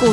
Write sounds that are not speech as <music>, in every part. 股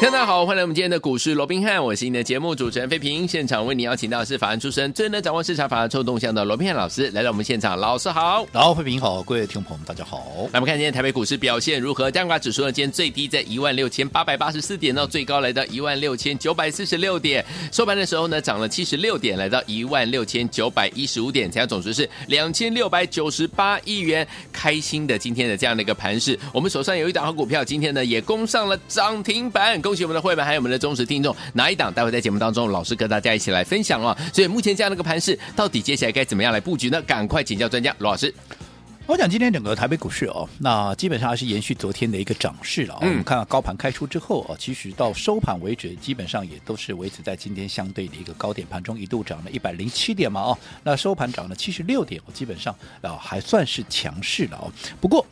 大家好，欢迎来我们今天的股市罗宾汉，我是你的节目主持人费平。现场为你邀请到的是法案出身、最能掌握市场法案臭动向的罗宾汉老师来到我们现场，老师好。然后，慧平好，各位听众朋友们，大家好。来，我们看今天台北股市表现如何？加权指数呢，今天最低在一万六千八百八十四点，到最高来到一万六千九百四十六点，收盘的时候呢，涨了七十六点，来到一万六千九百一十五点，成交总值是两千六百九十八亿元。开心的今天的这样的一个盘势，我们手上有一档好股票，今天呢也攻上了涨停板，恭喜我们的会员还有我们的忠实听众。哪一档？待会在节目当中，老师跟大家一起来分享哦。所以目前这样的一个盘势，到底接下来该怎么样来布局呢？赶快请教专家罗老师。我讲今天整个台北股市哦，那基本上还是延续昨天的一个涨势了、哦。嗯我们看到高盘开出之后啊，其实到收盘为止，基本上也都是维持在今天相对的一个高点，盘中一度涨了一百零七点嘛哦，那收盘涨了七十六点，我基本上啊还算是强势了哦。不过。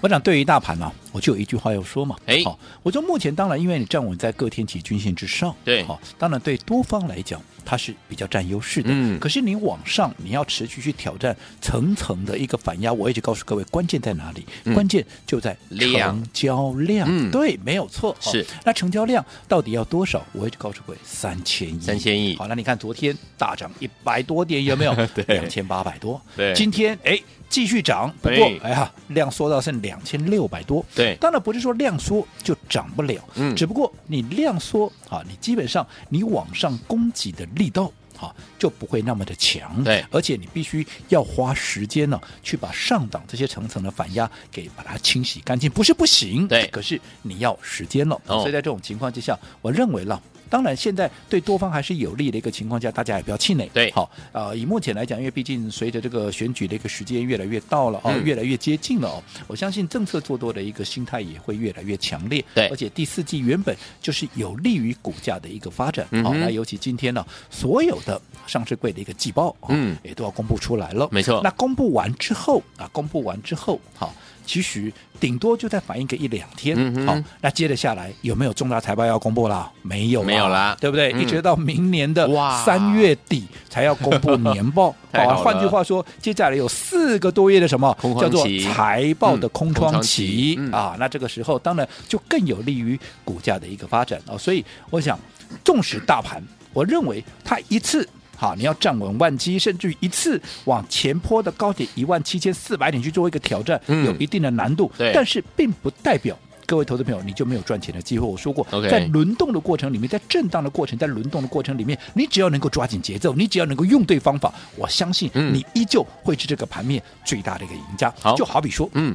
我想对于大盘呢、我就有一句话要说嘛，哎好、我说目前当然，因为你站稳在各天期均线之上，对好、当然对多方来讲，它是比较占优势的，嗯可是你往上，你要持续去挑战层层的一个反压。我一直告诉各位，关键在哪里？嗯关键就在量成交量。嗯对，没有错。是哦那成交量到底要多少？我一直告诉各位，三千亿。 3000亿好，那你看昨天大涨一百多点，有没有？ <laughs> 对两千八百多。对今天哎。继续涨，不过哎哎呀，量缩到剩两千六百多。对当然不是说量缩就涨不了，嗯只不过你量缩啊，你基本上你往上攻击的力道。啊，就不会那么的强，对而且你必须要花时间呢、去把上档这些层层的反压给把它清洗干净，不是不行，对可是你要时间了，哦所以在这种情况之下，我认为了。当然，现在对多方还是有利的一个情况下，大家也不要气馁。对好，呃，以目前来讲，因为毕竟随着这个选举的一个时间越来越到了哦，嗯越来越接近了哦，我相信政策做多的一个心态也会越来越强烈。对而且第四季原本就是有利于股价的一个发展。嗯好，哼那尤其今天呢，所有的上市柜的一个季报，哦嗯也都要公布出来了。没错那公布完之后啊，公布完之后，好，其实顶多就再反映个一两天。嗯哼好，那接着下来有没有重大财报要公布啦？没有，啊没有啦对不对？嗯一直到明年的哇三月底才要公布年 <laughs> 报。啊太好了换句话说，接下来有四个多月的什么空窗叫做期财报的嗯空空窗窗期期嗯啊？那这个时候当然就更有利于股价的一个发展啊。所以我想，纵使大盘，我认为它一次。好，你要站稳万基，甚至于一次往前坡的高点一万七千四百点去做一个挑战，嗯有一定的难度，对但是并不代表各位投资朋友你就没有赚钱的机会。我说过 OK 在轮动的过程里面，在震荡的过程，在轮动的过程里面，你只要能够抓紧节奏，你只要能够用对方法，我相信嗯你依旧会是这个盘面最大的一个赢家。好就好比说，嗯，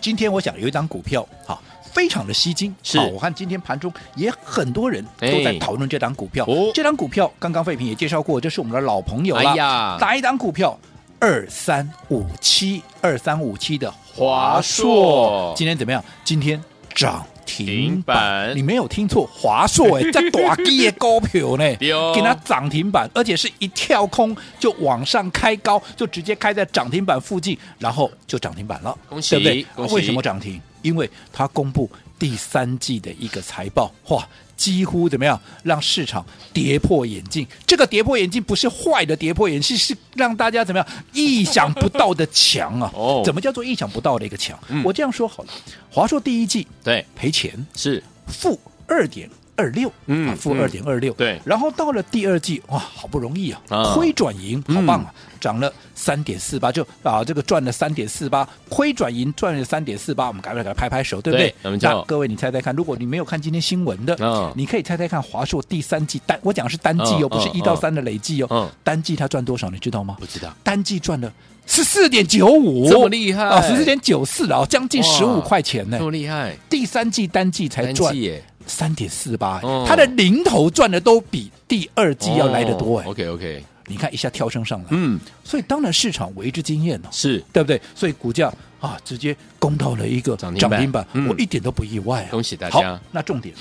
今天我想有一张股票，好。非常的吸睛，是好我看今天盘中也很多人都在哎讨论这张股票。哦这张股票刚刚费平也介绍过，这是我们的老朋友了。哎呀哪一档股票？二三五七，二三五七的华华硕硕，今天怎么样？今天涨停停板板，你没有听错，华硕哎，在 <laughs> 短低的股票呢，对哦给它涨停板，而且是一跳空就往上开高，就直接开在涨停板附近，然后就涨停板了，恭喜对不对？恭喜为什么涨停？因为它公布第三季的一个财报，哇！几乎怎么样让市场跌破眼镜？这个跌破眼镜不是坏的跌破眼镜，是让大家怎么样意想不到的强啊！哦怎么叫做意想不到的一个强？嗯我这样说好了，华硕第一季对，赔钱，是负二点二六，嗯啊负嗯二点二六，对然后到了第二季，哇，好不容易啊，啊亏转盈，好棒啊，涨了三点四八，就啊这个赚了三点四八，亏转盈赚了三点四八，我们赶快给他拍拍手，对不对对？咱们就那各位你猜猜看，如果你没有看今天新闻的，嗯你可以猜猜看华硕第三季单，我讲的是单季嗯哦，不是嗯一到三的累计哦，嗯单季它赚多少，你知道吗？不知道单季赚了十四点九五，这么厉害啊，十四点九四啊，将近十哇五块钱呢这。么厉害，第三季单季才单赚季耶，三点四八哎哦，它的零头赚的都比第二季要来的多哎、 OK OK，你看一下跳升上来，哦嗯，所以当然市场为之惊艳了、是对不对？所以股价啊直接攻到了一个涨涨停板停板，嗯我一点都不意外、啊。恭喜大家好，那重点，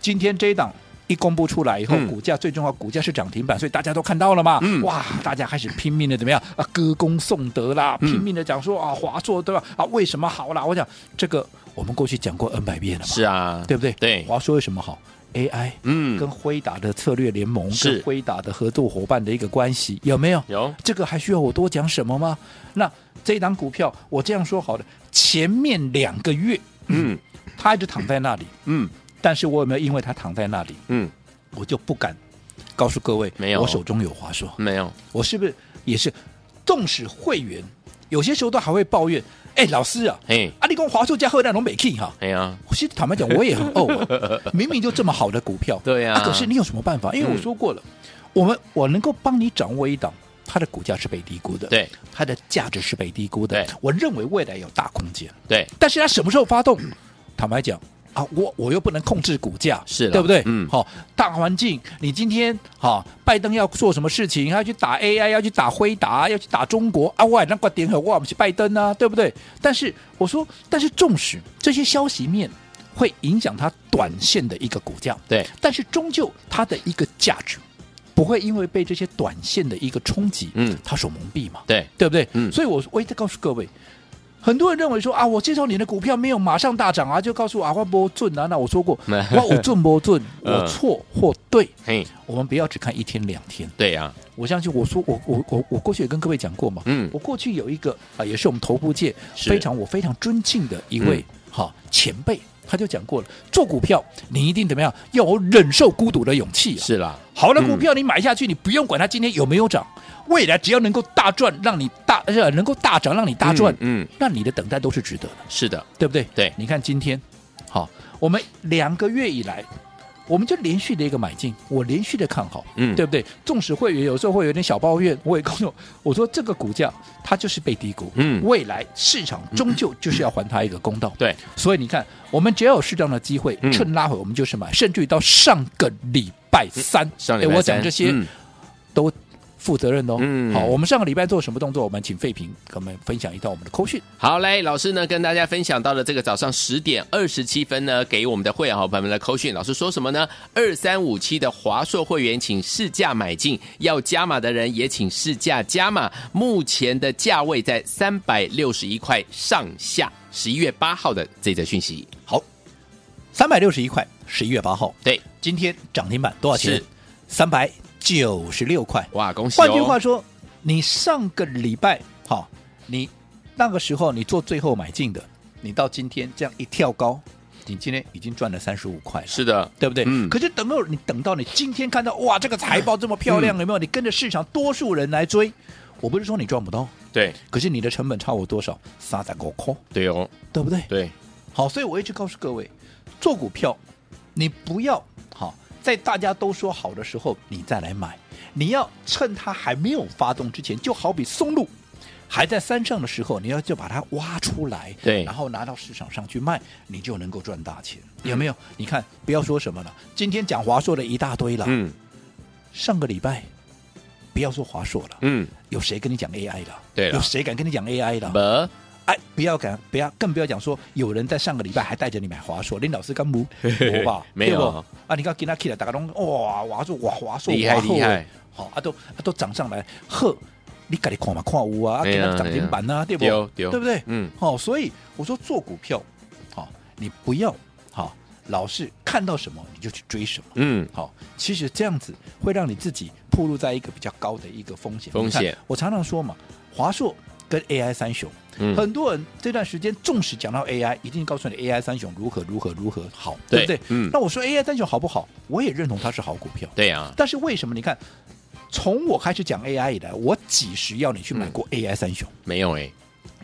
今天这一档一公布出来以后，嗯股价最重要，股价是涨停板，所以大家都看到了嘛，嗯哇，大家开始拼命的怎么样啊，歌功颂德啦，嗯拼命的讲说啊，华硕对吧？啊，为什么好啦？我讲这个我们过去讲过 N 百遍了嘛，是啊，对不对？对华硕为什么好？AI。嗯，跟辉达的策略联盟，是跟辉达的合作伙伴的一个关系有没有？有这个还需要我多讲什么吗？那这档股票，我这样说好了，前面两个月嗯它一直躺在那里，嗯但是我有没有因为它躺在那里，嗯，我就不敢告诉各位，没有我手中有华硕，没有，我是不是也是？纵使会员有些时候都还会抱怨，哎，老师啊，嘿，阿里公华硕加贺那种美 K 哈，哎呀，其实坦白讲，我也 <laughs> 很呕啊、明明就这么好的股票，啊对呀嗯可是你有什么办法？因为我说过了，我们我能够帮你掌握一档，它的股价是被低估的，对，它的价值是被低估的对，我认为未来有大空间，对，但是它什么时候发动？坦白讲。啊，我我又不能控制股价，是啦对不对？嗯好、大环境，你今天好、拜登要做什么事情？他要去打 AI，要去打辉达，要去打中国啊！我也那个点很，我们是拜登啊，对不对？但是我说，但是纵使这些消息面会影响它短线的一个股价，对，但是终究它的一个价值不会因为被这些短线的一个冲击，嗯它所蒙蔽嘛，对，对不对？嗯所以我我一直告诉各位，很多人认为说啊，我介绍你的股票没有马上大涨啊，就告诉我啊，我波准啊，那我 <laughs> 说过，我有准波准，嗯我错或对，嘿，我们不要只看一天两天。对呀，我相信我说我我我我过啊去也跟各位讲过嘛，嗯我过去有一个啊、也是我们头部界是非常我非常尊敬的一嗯位哈、前辈，他就讲过了，做股票你一定怎么样，要有忍受孤独的勇气、啊。是啦，好的股票你买下去，你不用管它今天有没有涨，未来只要能够大赚，让你大呃能够大涨，让你大赚，嗯，嗯那你的等待都是值得的，是的，对不对？对你看今天，好，我们两个月以来。我们就连续的一个买进，我连续的看好，嗯对不对？纵使会员有时候会有点小抱怨，我也告诉我，我说这个股价它就是被低估，嗯未来市场终究就是要还它一个公道，对，所以你看，我们只要有适当的机会，嗯趁拉回我们就是买，甚至于到上个礼拜三，嗯上礼哎拜我讲三这些嗯都负责任哦。嗯好，我们上个礼拜做什么动作？我们请费平跟我们分享一段我们的扣讯。好，来，老师呢跟大家分享到了这个早上十点二十七分呢，给我们的会员好朋友们的扣讯，老师说什么呢？二三五七的华硕会员请试驾买进，要加码的人也请试驾加码，目前的价位在三百六十一块上下。十一月八号的这则讯息，好，三百六十一块，十一月八号，对，今天涨停板多少钱是？三百九十六块。哇，恭喜、哦！换句话说，你上个礼拜好，你那个时候你做最后买进的，你到今天这样一跳高，你今天已经赚了三十五块了。是的，对不对？嗯可是等到你等到你今天看到哇，这个财报这么漂亮，有没有？你跟着市场多数人来追，我不是说你赚不到，对，可是你的成本超我多少？三十五块，对哦，对不对？对，好，所以我一直告诉各位，做股票你不要好在大家都说好的时候你再来买，你要趁它还没有发动之前，就好比松露。还在山上的时候，你要就把它挖出来，对然后拿到市场上去卖，你就能够赚大钱，有没有？你看，不要说什么了，今天讲华硕的一大堆了，嗯上个礼拜不要说华硕了，嗯，有谁跟你讲 AI 了？对了有谁敢跟你讲 AI 了？不，哎，不要敢，不要，更不要讲说有人在上个礼拜还带着你买华硕，林老师干 <laughs> 不？没吧？没有对不啊！你看给他起来，大家都哇，华硕哇，华硕厉害哇厉害，好啊，都啊都涨上来，呵，你赶紧看嘛，看有啊，啊，哎给呀他涨停板啊，对不？丢对丢不对？嗯，哦，所以我说做股票，好、你不要好、老是看到什么你就去追什么。嗯，好，其实这样子会让你自己暴露在一个比较高的一个风险。风险你看我常常说嘛，华硕跟 AI 三雄，嗯很多人这段时间纵使讲到 AI，一定告诉你 AI 三雄如何如何如何好，对不对？嗯那我说 AI 三雄好不好？我也认同它是好股票，对啊，但是为什么？你看，从我开始讲 AI 以来，我几时要你去买嗯过 AI 三雄？没有哎，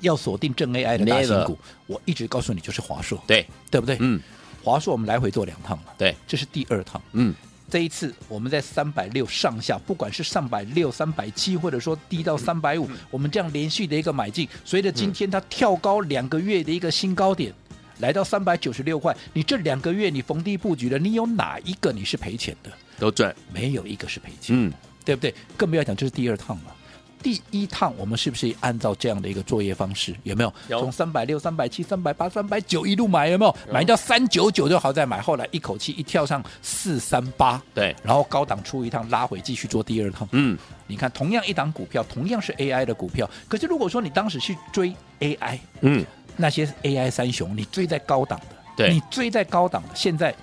要锁定正 AI 的大型股，我一直告诉你就是华硕，对，对不对？嗯，华硕我们来回做两趟了，对，这是第二趟。嗯，这一次我们在三百六上下，不管是上百六、三百七，或者说嗯低到三百五，我们这样连续的一个买进，随着今天它跳高两个月的一个新高点。来到三百九十六块，你这两个月你逢低布局的，你有哪一个你是赔钱的？都赚，没有一个是赔钱，嗯，对不对？更不要讲这是第二趟了。第一趟我们是不是按照这样的一个作业方式？有没有？有从三百六、三百七、三百八、三百九一路买，有没有？买到三九九就好再买，后来一口气一跳上四三八，对然后高档出一趟拉回，继续做第二趟。嗯，你看，同样一档股票，同样是 AI 的股票，可是如果说你当时去追 AI，嗯，那些 AI 三雄，你追在高档的，对你追在高档的，现在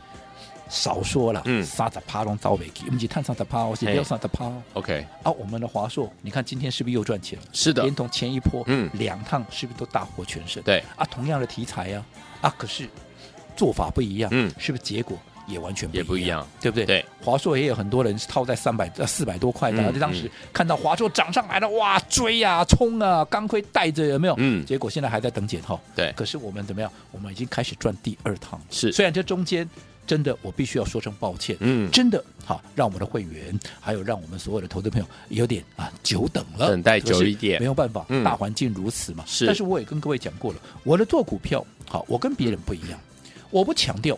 少说了，嗯三十趴都招尾去，我们只探三十趴哦，是嘿六三十趴哦。 ，OK，啊，我们的华硕，你看今天是不是又赚钱？是的连同前一波，嗯两趟是不是都大获全胜？对啊，同样的题材呀、啊，啊，可是做法不一样，嗯是不是结果也完全不也不一样对不对？对，华硕也有很多人是套在三百呃四百多块的啊，嗯就当时看到华硕涨上来了，哇，追啊，冲啊，钢盔带着有没有？嗯结果现在还在等解套，对可是我们怎么样？我们已经开始赚第二趟了，是虽然这中间。真的，我必须要说声抱歉。嗯真的好，让我们的会员，还有让我们所有的投资朋友有点啊久等了，等待可是久一点没有办法，嗯大环境如此嘛。是但是我也跟各位讲过了，我的做股票，好，我跟别人不一样，我不强调。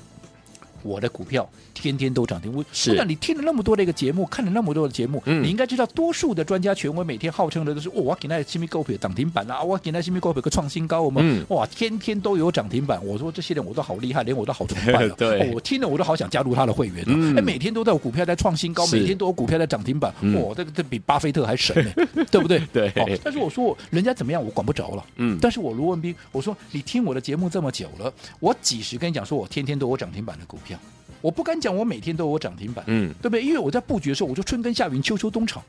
我的股票天天都涨停，我是我想你听了那么多的一个节目，看了那么多的节目，嗯你应该知道，多数的专家权威每天号称的都是，哦、我给那新密股票涨停板啊，我给那新密股票个创新高，我们、嗯。哇，天天都有涨停板。我说这些人我都好厉害，连我都好崇拜了 <laughs> 对哦我听了我都好想加入他的会员、哦。嗯哎、每天都在有股票在创新高，是每天都有股票在涨停板，嗯哇，这个这比巴菲特还神呢、 <laughs> 对不对？对哦但是我说人家怎么样，我管不着了。嗯但是我卢文斌，我说你听我的节目这么久了，我几时跟你讲说我天天都有涨停板的股票？我不敢讲我每天都有涨停板，嗯，对不对？因为我在布局的时候，我就春耕夏耘秋收冬藏，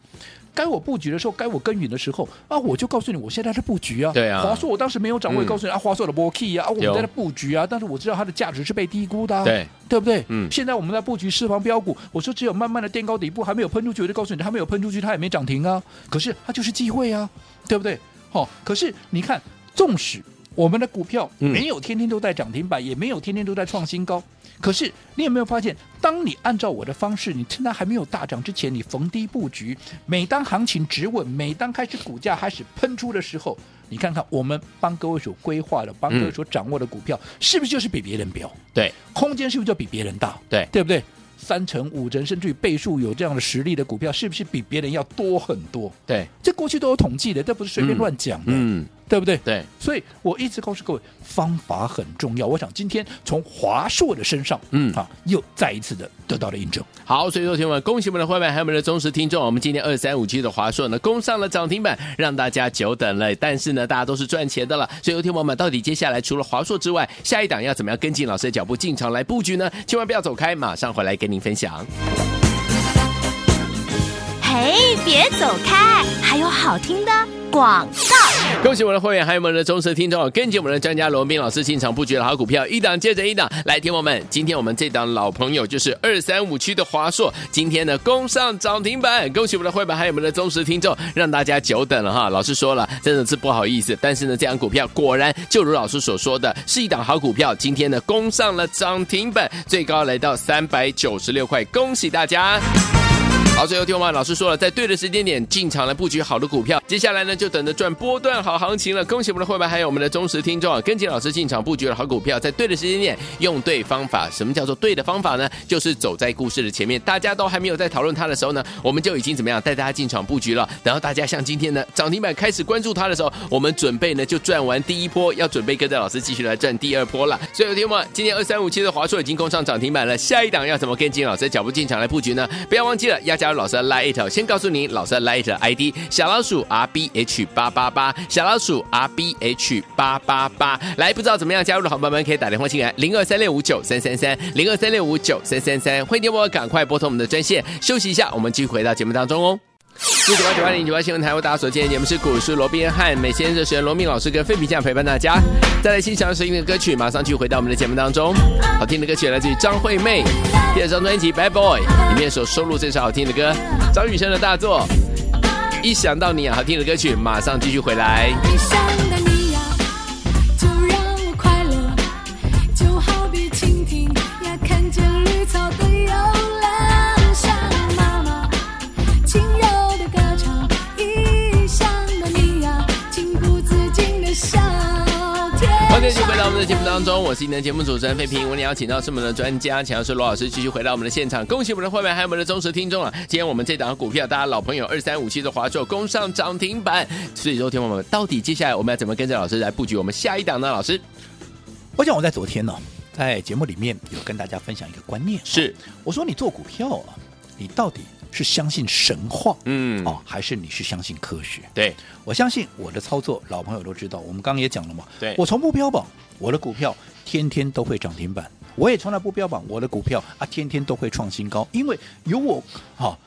该我布局的时候，该我耕耘的时候啊，我就告诉你我现在在布局啊。对啊华硕我当时没有掌嗯握，也告诉你、啊，华硕的波 key 啊，啊我有们在那布局啊，但是我知道它的价值是被低估的、啊，对对不对？嗯现在我们在布局释放标股，我说只有慢慢的垫高底部，还没有喷出去，我就告诉你，它没有喷出去，它也没涨停啊，可是它就是机会啊，对不对？好、可是你看，纵使我们的股票嗯没有天天都在涨停板，也没有天天都在创新高，可是你有没有发现，当你按照我的方式，你趁它还没有大涨之前，你逢低布局，每当行情止稳，每当开始股价开始喷出的时候，你看看我们帮各位所规划的、帮各位嗯所掌握的股票，是不是就是比别人标？对空间是不是就比别人大？对对不对？三成、五成，甚至于倍数有这样的实力的股票，是不是比别人要多很多？对，这过去都有统计的，这不是随便乱讲的，嗯，对不对？对，所以我一直告诉各位，方法很重要。我想今天从华硕的身上，嗯啊，又再一次的得到了印证。好，所以说，听我们恭喜我们的会员，还有我们的忠实听众，我们今天二三五七的华硕呢攻上了涨停板，让大家久等了。但是呢，大家都是赚钱的了。所以，有听友们，到底接下来除了华硕之外，下一档要怎么样跟进老师的脚步进场来布局呢？千万不要走开，马上回来跟您分享。嘿，别走开，还有好听的广告。 <laughs> 恭喜我们的会员，还有我们的忠实听众，跟紧我们的专家罗文斌老师进场布局的好股票，一档接着一档。来，听我们，今天我们这档老朋友就是二三五区的华硕，今天呢攻上涨停板，恭喜我们的会员，还有我们的忠实听众，让大家久等了哈。老师说了，真的是不好意思，但是呢，这档股票果然就如老师所说的，是一档好股票，今天呢攻上了涨停板，最高来到三百九十六块，恭喜大家！好，最后听完老师说了，在对的时间点进场来布局好的股票，接下来呢就等着赚波段好行情了。恭喜我们的会员，还有我们的忠实听众啊，跟紧老师进场布局的好股票，在对的时间点用对方法。什么叫做对的方法呢？就是走在故事的前面，大家都还没有在讨论它的时候呢，我们就已经怎么样带大家进场布局了。然后大家像今天呢涨停板开始关注它的时候，我们准备呢就赚完第一波，要准备跟着老师继续来赚第二波了。所以有听众朋友们，今天二三五七的华硕已经攻上涨停板了，下一档要怎么跟进老师的脚步进场来布局呢？不要忘记了要加入老师的 Lite，先告诉您老师的 Lite ID 小老鼠 R B H 八八八，小老鼠 R B H 八八八。来，不知道怎么样加入的好朋友们可以打电话进来，零二三六五九三三三，零二三六五九三三三，欢迎电话赶快拨通我们的专线，休息一下，我们继续回到节目当中哦。四九八九八零九八新闻台，为大家所见的节目是股市罗宾汉，每天的时间罗密老师跟费皮酱陪伴大家。再来欣赏声音的歌曲，马上去回到我们的节目当中。好听的歌曲来自于张惠妹，第二张专辑《Bad Boy》里面所收录这首好听的歌，张雨生的大作。一想到你啊，好听的歌曲，马上继续回来。一想到你呀，就让我快乐，就好比蜻蜓呀，看见绿草的幽蓝，像妈妈轻柔的歌唱。一想到你呀，情不自禁的笑。欢迎继续回到我们的的节目当中，我是你的节目主持人费平。我们邀请到是我们的专家强师罗老师继续回到我们的现场，恭喜我们的会员还有我们的忠实听众啊！今天我们这档股票，大家老朋友二三五七的华硕攻上涨停板。所以说，听我们到底接下来我们要怎么跟着老师来布局我们下一档呢？老师我想我在昨天呢、在节目里面有跟大家分享一个观念，是我说你做股票啊，你到底是相信神话，嗯哦，还是你是相信科学？对我相信我的操作，老朋友都知道，我们刚刚也讲了嘛，对我从不标榜我的股票天天都会涨停板，我也从来不标榜我的股票啊天天都会创新高，因为有我哈、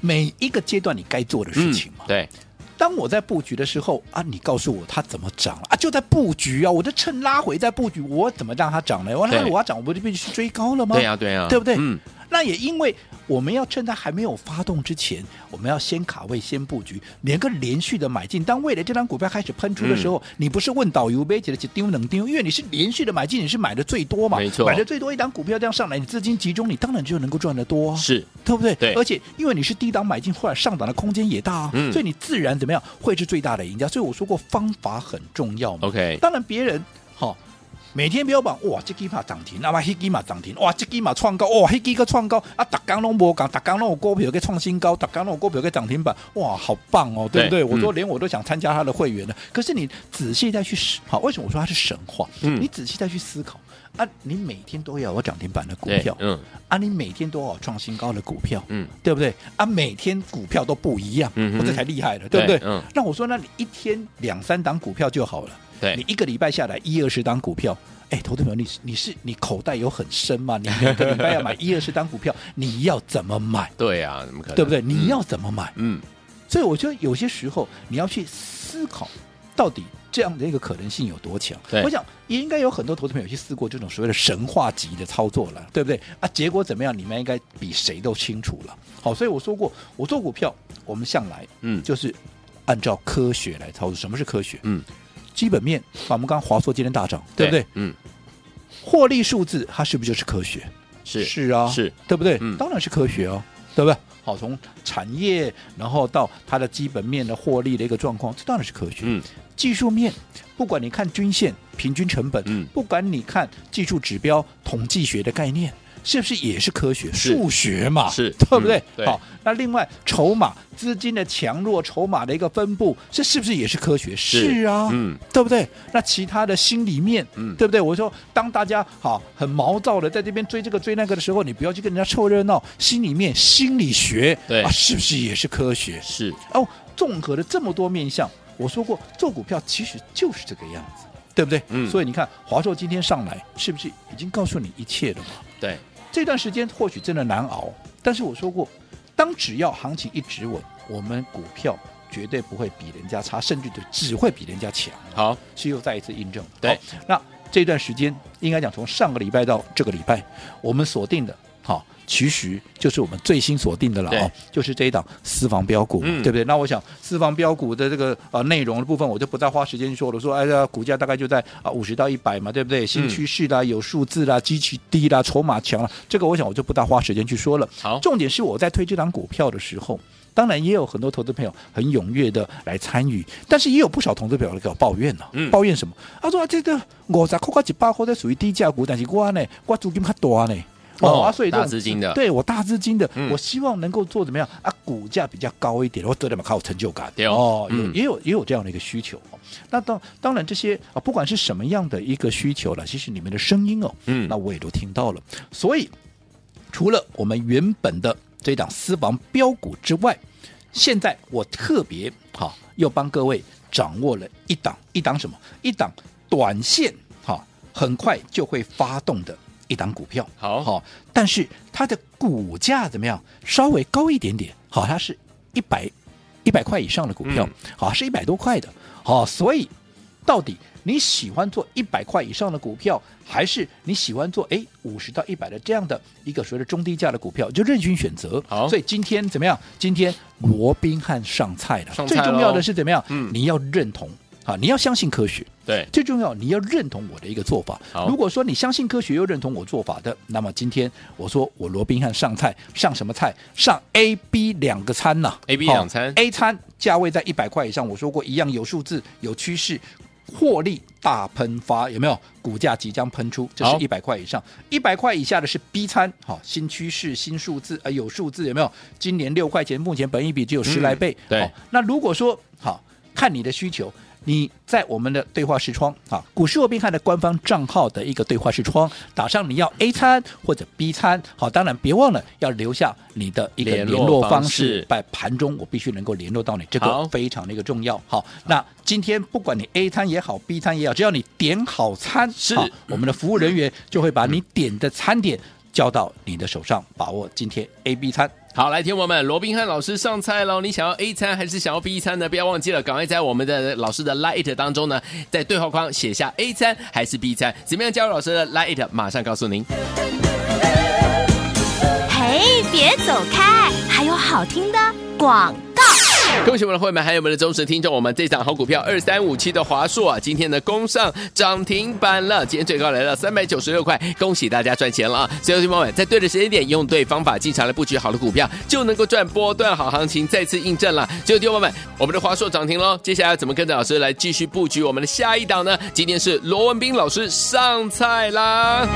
每一个阶段你该做的事情嘛。嗯对，当我在布局的时候啊，你告诉我它怎么涨了啊？就在布局啊，我就趁拉回在布局，我怎么让它涨呢？我对让我要涨，我不就必须去追高了吗？对呀、啊对呀、对不对？嗯，那也因为我们要趁它还没有发动之前，我们要先卡位、先布局，连个连续的买进。当未来这张股票开始喷出的时候，嗯你不是问导游呗，觉得丢能丢，因为你是连续的买进，你是买的最多嘛，没错买的最多一档股票这样上来，你资金集中，你当然就能够赚得多、啊，是对不对？对而且因为你是低档买进，后来上档的空间也大、啊，嗯所以你自然怎么样会是最大的赢家。所以我说过方法很重要嘛。 OK，当然别人好、每天标榜哇，这匹马涨停，那么那匹马涨停，哇，这匹马创高，哇，那匹个创高啊，逐天拢无讲，逐天拢有股票给创新高，逐天拢有股票给涨停板，哇，好棒哦，对不对？对嗯我说连我都想参加他的会员了。可是你仔细再去思，好，为什么我说它是神话？嗯你仔细再去思考啊，你每天都要有涨停板的股对票，嗯啊，你每天都要有创新高的股票，嗯，对不对？啊，每天股票都不一样，嗯哼我这才厉害了，对不对？对嗯那我说，那你一天两三档股票就好了，对你一个礼拜下来一二十档股票。哎，投资朋友，你是你是你口袋有很深吗？你每个礼拜要买一二十档股票，你要怎么买，对呀、怎么可能？对不对？嗯你要怎么买？嗯所以我觉得有些时候你要去思考，到底这样的一个可能性有多强对。我想也应该有很多投资朋友去试过这种所谓的神话级的操作了，对不对？啊，结果怎么样？你们应该比谁都清楚了。好，所以我说过，我做股票，我们向来嗯就是按照科学来操作。什么是科学？嗯，基本面，啊我们刚刚华硕今天大涨，对不对？？嗯，获利数字，它是不是就是科学？是是啊，是对不对？嗯当然是科学哦，对不对？好，从产业，然后到它的基本面的获利的一个状况，这当然是科学。嗯技术面，不管你看均线、平均成本，嗯不管你看技术指标、统计学的概念，是不是也是科学？是数学嘛，是对不对嗯？对好，那另外筹码、资金的强弱、筹码的一个分布，这是不是也是科学？是是啊，嗯，对不对？那其他的心里面，嗯对不对？我说，当大家好很毛躁的在这边追这个追那个的时候，你不要去跟人家凑热闹，心里面心理学，对啊，是不是也是科学？是哦，综合了这么多面相，我说过做股票其实就是这个样子，对不对？嗯所以你看华硕今天上来，是不是已经告诉你一切了嘛？对，这段时间或许真的难熬，但是我说过，当只要行情一直稳，我们股票绝对不会比人家差，甚至就只会比人家强。好，是又再一次印证了。对好，那这段时间应该讲从上个礼拜到这个礼拜，我们锁定的，好、其实就是我们最新锁定的了对哦，就是这一档私房标股嘛，嗯对不对？那我想私房标股的这个呃内容的部分，我就不再花时间说了。说哎呀，股价大概就在啊五十到一百嘛，对不对？嗯新趋势啦，有数字啦，基期低啦，筹码强啦，这个我想我就不大花时间去说了。好重点是我在推这档股票的时候。当然也有很多投资朋友很踊跃的来参与，但是也有不少投资朋友给我抱怨呢、啊嗯抱怨什么？他说、啊、这个五十块到一百块这属于低价股，但是我呢，我资金较大呢。哦啊所以这种大资金的对我大资金的，嗯我希望能够做怎么样啊？股价比较高一点，我对他们靠有成就感。对哦哦，有嗯也有也有这样的一个需求哦。那当当然这些啊，不管是什么样的一个需求了，其实你们的声音哦，嗯那我也都听到了。所以除了我们原本的这档私房标股之外，现在我特别好又帮各位掌握了一档一档什么一档短线哈，很快就会发动的一档股票。好好，但是它的股价怎么样？稍微高一点点，好，它是一百一百块以上的股票，嗯好是一百多块的，好，所以到底你喜欢做一百块以上的股票，还是你喜欢做哎五十到一百的这样的一个所谓的中低价的股票，就任君选择。好所以今天怎么样？今天罗宾汉上菜了，上菜最咯重要的是怎么样？嗯你要认同啊，你要相信科学。对，最重要，你要认同我的一个做法好。如果说你相信科学又认同我做法的，那么今天我说我罗宾汉上菜上什么菜？上 A、B 两个餐呐、 A B 好两餐 A 餐价位在一百块以上，我说过一样有数字有趋势。获利大喷发，有没有？股价即将喷出，这是好一百块以上，一百块以下的是 B 餐，好、新趋势、新数字，呃，有数字有没有？今年六块钱，目前本益比只有十来倍，对好那如果说好看你的需求，你在我们的对话视窗啊，股市罗宾汉的官方账号的一个对话视窗，打上你要 A 餐或者 B 餐，好，当然别忘了要留下你的一个联联络络方方式式，在盘中我必须能够联络到你，这好个非常的一个重要。好，那今天不管你 A 餐也好，B 餐也好，只要你点好餐，是好我们的服务人员就会把你点的餐点交到你的手上，把握今天 A、B 餐。好，来，听我们，罗宾汉老师上菜喽！你想要 A 餐还是想要 B 餐呢？不要忘记了，赶快在我们的老师的 Lite 当中呢，在对话框写下 A 餐还是 B 餐，怎么样加入老师的 Lite？马上告诉您。嘿，别走开，还有好听的广告。恭喜我们的会员，还有我们的忠实听众，我们这档好股票二三五七的华硕啊，今天呢攻上涨停板了，今天最高来到三百九十六块，恭喜大家赚钱了啊！所有听众朋友们，在对的时间点，用对方法，进场来布局好的股票，就能够赚波段好行情，再次印证了。所有听众朋友们，我们的华硕涨停喽，接下来怎么跟着老师来继续布局我们的下一档呢？今天是罗文斌老师上菜啦。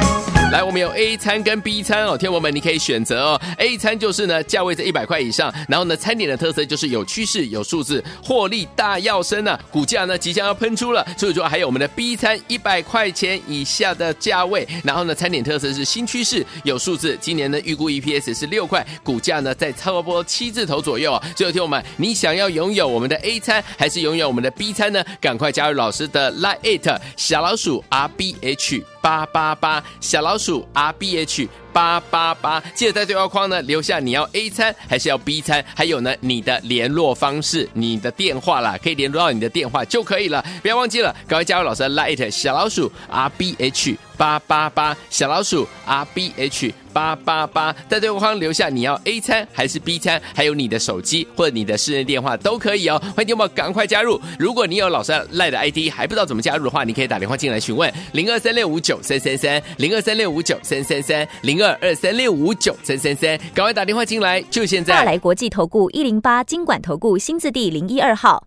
来，我们有 A 餐跟 B 餐哦，天友们，你可以选择哦。A 餐就是呢，价位在一百块以上，然后呢，餐点的特色就是有趋势、有数字，获利大要升呢、股价呢即将要喷出了。所以说，还有我们的 B 餐一百块钱以下的价位，然后呢，餐点特色是新趋势、有数字，今年呢预估 EPS 是六块，股价呢在差不多七字头左右啊。所以天友们，你想要拥有我们的 A 餐，还是拥有我们的 B 餐呢？赶快加入老师的 Line It 小老鼠 R B H。八八八，小老鼠 R B H 八八八，记得在对话框呢留下你要 A 餐还是要 B 餐，还有呢你的联络方式、你的电话啦，可以联络到你的电话就可以了，不要忘记了，赶快加入老师的 Light 小老鼠 R B H 八八八，小老鼠 R B H。八八八，在对话框留下你要 A 餐还是 B 餐，还有你的手机或者你的私人电话都可以哦。欢迎听众朋友赶快加入。如果你有老师赖的 ID 还不知道怎么加入的话，你可以打电话进来询问零二三六五九三三三零二三六五九三三三零二二三六五九三三三，赶快打电话进来，就现大在。来国际投顾一零八金管投顾新字第零一二号。